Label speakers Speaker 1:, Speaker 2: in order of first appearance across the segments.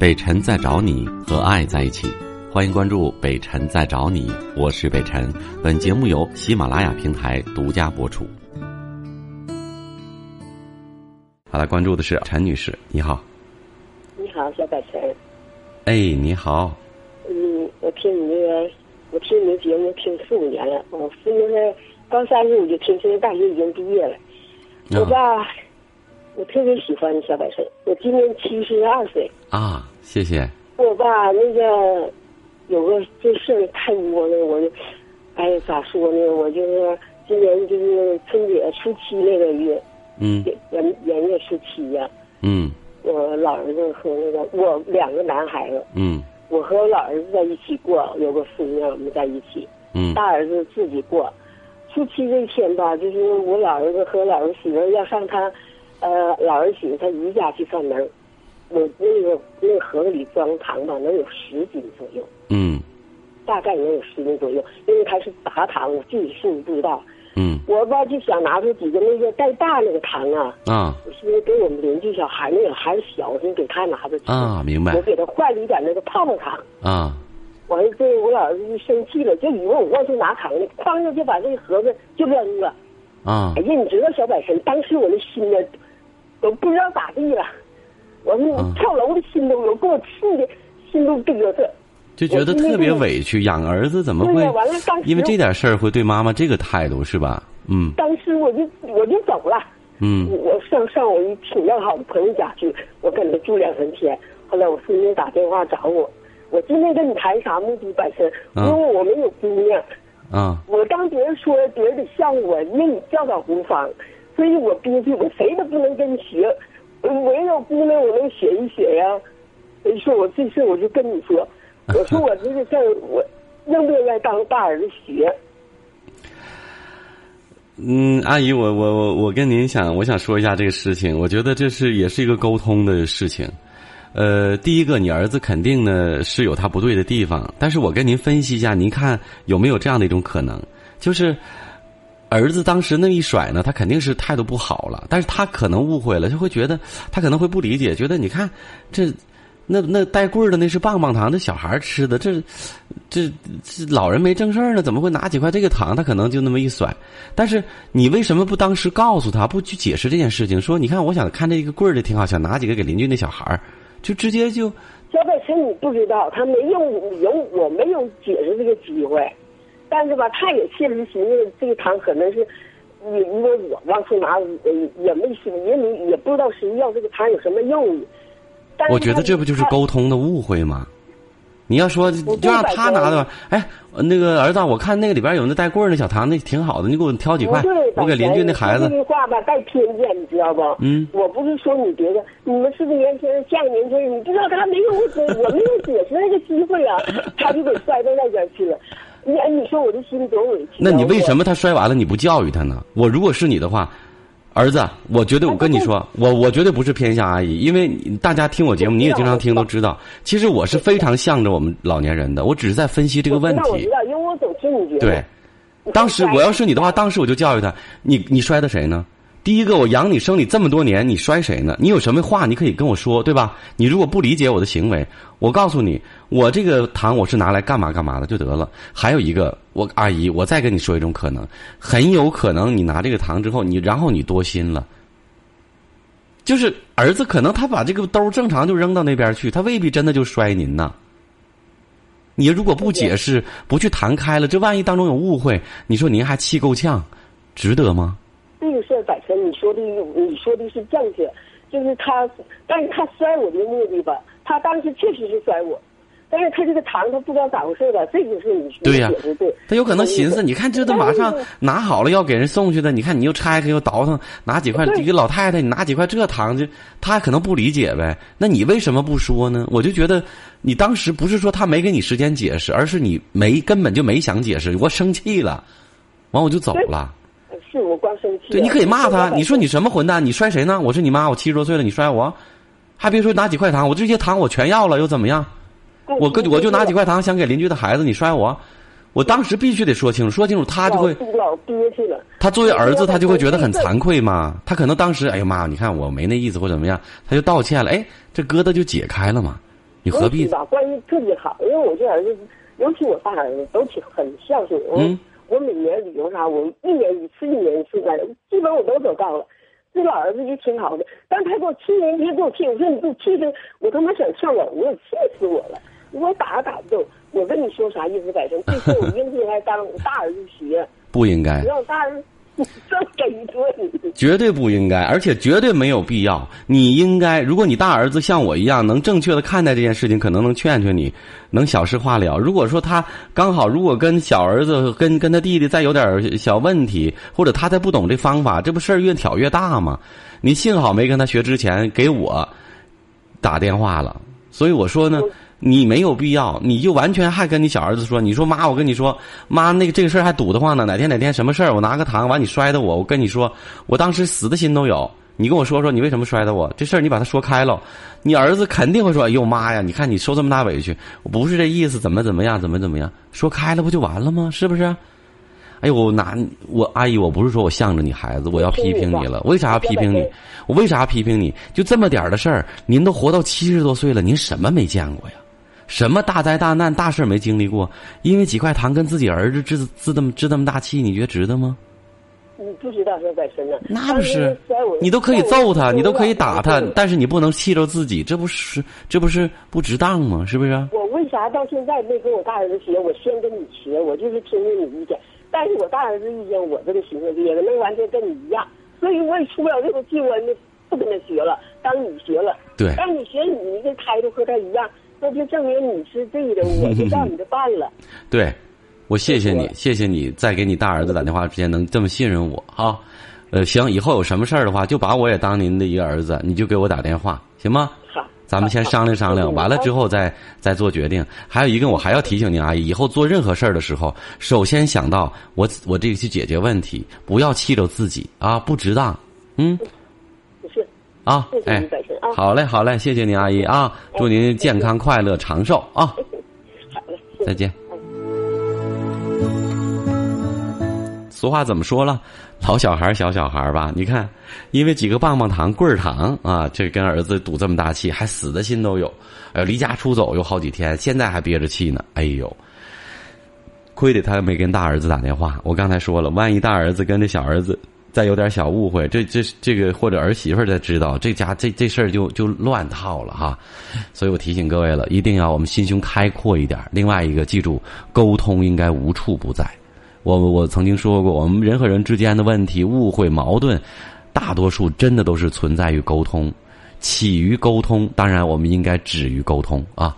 Speaker 1: 北辰在找你和爱在一起。欢迎关注北辰在找你，我是北辰。本节目由喜马拉雅平台独家播出。好，来关注的是陈女士，你好。
Speaker 2: 你好，小百成。
Speaker 1: 哎，你好，
Speaker 2: 嗯，我听你这个，我听你的节目听四五年了。我是那个高三时我就听，现在大学已经毕业了。我吧，我特别喜欢你，小百成。我今年七十二岁。
Speaker 1: 啊，谢谢。
Speaker 2: 我吧，那个有个这事儿太窝了，我就，哎呀，咋说呢？我就是今年就是春节初七那个月，
Speaker 1: 嗯
Speaker 2: 元元月初七呀、
Speaker 1: 嗯
Speaker 2: 我老儿子和那个我两个男孩子，
Speaker 1: 嗯
Speaker 2: 我和我老儿子在一起过，有个姑娘我们在一起，
Speaker 1: 嗯
Speaker 2: 大儿子自己过。初七这一天吧，就是我老儿子和老儿媳妇儿要上他，呃，老儿媳妇他姨家去串门儿，我那个那个盒子里装糖吧，能有十斤左右，
Speaker 1: 嗯
Speaker 2: 大概能有十斤左右，因为他是杂糖，我具体数不知道。
Speaker 1: 嗯
Speaker 2: 我吧就想拿出几个那个带大那个糖啊，
Speaker 1: 啊
Speaker 2: 我寻思给我们邻居小孩，那个孩子小，我寻思给他拿着去，
Speaker 1: 啊，明白
Speaker 2: 我给他换了一点那个泡泡糖。
Speaker 1: 啊
Speaker 2: 完了，这我老儿子就生气了，就以为我忘去拿糖了，哐的就把这个盒子就扔了。
Speaker 1: 啊
Speaker 2: 哎呀，你知道小百神，当时我的心呢，都不知道咋地了，我
Speaker 1: 嗯
Speaker 2: 那跳楼的心都有，给我气的心都嘚瑟。
Speaker 1: 就觉得特别委屈，养儿子怎么
Speaker 2: 对
Speaker 1: 会
Speaker 2: 呀，完了，当时
Speaker 1: 因为这点事儿会对妈妈这个态度是吧？嗯
Speaker 2: 当时我就我就走了，
Speaker 1: 嗯
Speaker 2: 我上上我一挺要好的朋友家去，我跟他住两三天。后来我孙女打电话找我，我今天跟你谈啥目的，百神？因
Speaker 1: 嗯
Speaker 2: 为我没有姑娘。
Speaker 1: 啊
Speaker 2: 我当别人说别人得笑我，因为你教导无方，所以我憋屈，我谁都不能跟你学。我我要姑娘，我能学一学呀。没事，我这事我就跟你说， 我说我这个事儿，我应不应该当大儿子学？
Speaker 1: 嗯，阿姨，我我我我跟您想，我想说一下这个事情，我觉得这是也是一个沟通的事情。呃，第一个，你儿子肯定呢是有他不对的地方，但是我跟您分析一下，您看有没有这样的一种可能，就是儿子当时那一甩呢，他肯定是态度不好了，但是他可能误会了，就会觉得他可能会不理解，觉得你看这那那带棍儿的那是棒棒糖，这小孩儿吃的，这这这老人没正事儿呢，怎么会拿几块这个糖？他可能就那么一甩。但是你为什么不当时告诉他，不去解释这件事情？说你看，我想看这个棍儿的挺好，想拿几个给邻居那小孩儿，就直接就
Speaker 2: 小百成，你不知道，他没有有我没有解释这个机会，但是吧，他也确实寻思这个糖可能是，你如果我往出拿，也也没说，也没也不知道谁要这个糖有什么用意。但是
Speaker 1: 我觉
Speaker 2: 他
Speaker 1: 得这不就是
Speaker 2: 他
Speaker 1: 沟通的误会吗？你要说
Speaker 2: 我
Speaker 1: 就让
Speaker 2: 不摆
Speaker 1: 他
Speaker 2: 脱
Speaker 1: 拿的吧，哎，那个儿子啊，我看那个里边有那带棍儿那小糖，那挺好的，你给我挑几块
Speaker 2: 不对，
Speaker 1: 我给邻居那孩
Speaker 2: 你
Speaker 1: 子
Speaker 2: 这。句话吧带偏见，你知道不？
Speaker 1: 嗯
Speaker 2: 我不是说你别的，你们是不是年轻人像年轻人？你不知道他没有我解， 我没有解释那个机会啊，他就给摔到那边去了。你哎，你说我这心多委屈啊！
Speaker 1: 那你为
Speaker 2: 我
Speaker 1: 什么他摔完了你不教育他呢？我如果是你的话，儿子，我
Speaker 2: 哎
Speaker 1: 觉得我跟你说，我我绝对不是偏向阿姨，因为你大家听我节目，你也经常听都知道，其实我是非常向着我们老年人的，我只是在分析这个问
Speaker 2: 那我知
Speaker 1: 题。
Speaker 2: 道，因为我总听你节目。
Speaker 1: 对，当时我要是你的话，当时我就教育他，你你摔的谁呢？第一个，我养你生你这么多年，你摔谁呢？你有什么话你可以跟我说，对吧？你如果不理解我的行为，我告诉你，我这个糖我是拿来干嘛干嘛的就得了。还有一个，我阿姨，我再跟你说一种可能，很有可能你拿这个糖之后，你然后你多心了。就是儿子可能他把这个兜儿正常就扔到那边去，他未必真的就摔您呐。你如果不解释、不去谈开了，这万一当中有误会，你说您还气够呛，值得吗？
Speaker 2: 这个事儿，百成，你说的你说的是正确，就是他，但是他摔我的目的吧，他当时确实是摔我，但是他这个糖他不知道咋回事吧，这就是你
Speaker 1: 对呀
Speaker 2: 你解释对。
Speaker 1: 他有可能寻思，你看这都马上拿好了要给人送去的，你看你又拆开又倒腾，拿几块
Speaker 2: 对
Speaker 1: 一个老太太，你拿几块这糖就，他可能不理解呗。那你为什么不说呢？我就觉得你当时不是说他没给你时间解释，而是你没根本就没想解释，我生气了，完我就走了。
Speaker 2: 是我光生气了。
Speaker 1: 对，你可以骂他，
Speaker 2: 我
Speaker 1: 你说你什么混蛋？你摔谁呢？我是你妈，我七十多岁了，你摔我，还别说拿几块糖，我这些糖我全要了，又怎么样？我跟我就拿几块糖想给邻居的孩子，你摔我，我当时必须得说清楚，说清楚他就会，
Speaker 2: 老老憋屈了。
Speaker 1: 他作为儿子他就会觉得很惭愧嘛，他可能当时哎呀妈，你看我没那意思或怎么样，他就道歉了，哎，这疙瘩就解开了嘛。你何必
Speaker 2: 尤其吧，关系特别好，因为我这儿子，尤其我大儿子，都挺很孝顺。我、
Speaker 1: 嗯
Speaker 2: 我每年旅游啥，我一年一次，一年一次的，基本我都走到了。这老儿子就挺好的，但是他给我气人，他给我气，我说你给我气的，我他妈想上网，我气死我了。我打都打不动，我跟你说啥意思改正？这事我应不应该当我大儿子学？
Speaker 1: 不应该
Speaker 2: 你？让我大儿子这么给一顿，
Speaker 1: 绝对不应该，而且绝对没有必要。你应该，如果你大儿子像我一样能正确的看待这件事情，可能能劝劝你，能小事化了。如果说他刚好，如果跟小儿子跟跟他弟弟再有点小问题，或者他再不懂这方法，这不事儿越挑越大吗？你幸好没跟他学之前给我打电话了，所以我说呢
Speaker 2: 我。
Speaker 1: 你没有必要，你就完全还跟你小儿子说，你说妈，我跟你说，妈，那个这个事儿还堵得慌呢，哪天哪天什么事儿，我拿个糖完你摔的我，我跟你说，我当时死的心都有。你跟我说说你为什么摔的我，这事儿你把它说开了，你儿子肯定会说，哎呦妈呀，你看你受这么大委屈，我不是这意思，怎么怎么样，怎么怎么样，说开了不就完了吗？是不是？哎呦，我拿我阿姨，我不是说我向着你孩子，我要批评你了。为啥要批评你？我为啥批评你？就这么点儿的事儿，您都活到七十多岁了，您什么没见过呀？什么大灾大难大事儿没经历过？因为几块糖跟自己儿子置自这么置这么大气，你觉得值得吗？
Speaker 2: 你嗯不知道他在身上。
Speaker 1: 那不是
Speaker 2: 当时在我，
Speaker 1: 你都可以揍
Speaker 2: 在
Speaker 1: 他，
Speaker 2: 我
Speaker 1: 你都可以打他
Speaker 2: 我，
Speaker 1: 但是你不能气着自己，这不是这不是不值当吗？是不啊是？
Speaker 2: 我为啥到现在没跟我大儿子学？我先跟你学，我就是听听你意见。但是我大儿子意见，我这个行为也能完全跟你一样，所以我也出不了这个气，我也不跟他学了，当你学了。
Speaker 1: 对
Speaker 2: 当你学你的态度和他一样，那就证明你是对的，我就照你的办了。
Speaker 1: 对，我谢谢你
Speaker 2: 对，
Speaker 1: 谢谢你在给你大儿子打电话之前能这么信任我啊。呃，行，以后有什么事儿的话，就把我也当您的一个儿子，你就给我打电话，行吗？
Speaker 2: 好，
Speaker 1: 咱们先商量商量，完了之
Speaker 2: 后，
Speaker 1: 后再再做决定。还有一个，我还要提醒您阿姨，以后做任何事儿的时候，首先想到我我这个去解决问题，不要气着自己啊，不值当。嗯
Speaker 2: 不是，
Speaker 1: 啊
Speaker 2: 谢，谢
Speaker 1: 哎
Speaker 2: 你，本身啊，
Speaker 1: 好嘞，好嘞，谢谢您阿姨啊，祝您健康快乐长寿啊，
Speaker 2: 好嘞，谢谢
Speaker 1: 再见。俗话怎么说了？老小孩儿小小孩儿吧，你看，因为几个棒棒糖、棍儿糖啊，这跟儿子赌这么大气，还死的心都有。呃，离家出走有好几天，现在还憋着气呢。哎呦，亏得他没跟大儿子打电话。我刚才说了，万一大儿子跟这小儿子再有点小误会，这这这个或者儿媳妇儿再知道，这家这这事儿就就乱套了哈。所以我提醒各位了，一定要我们心胸开阔一点儿。另外一个，记住，沟通应该无处不在。我我曾经说过，我们人和人之间的问题、误会、矛盾，大多数真的都是存在于沟通，起于沟通。当然，我们应该止于沟通啊。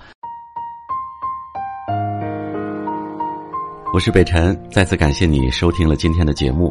Speaker 1: 我是北辰，再次感谢你收听了今天的节目，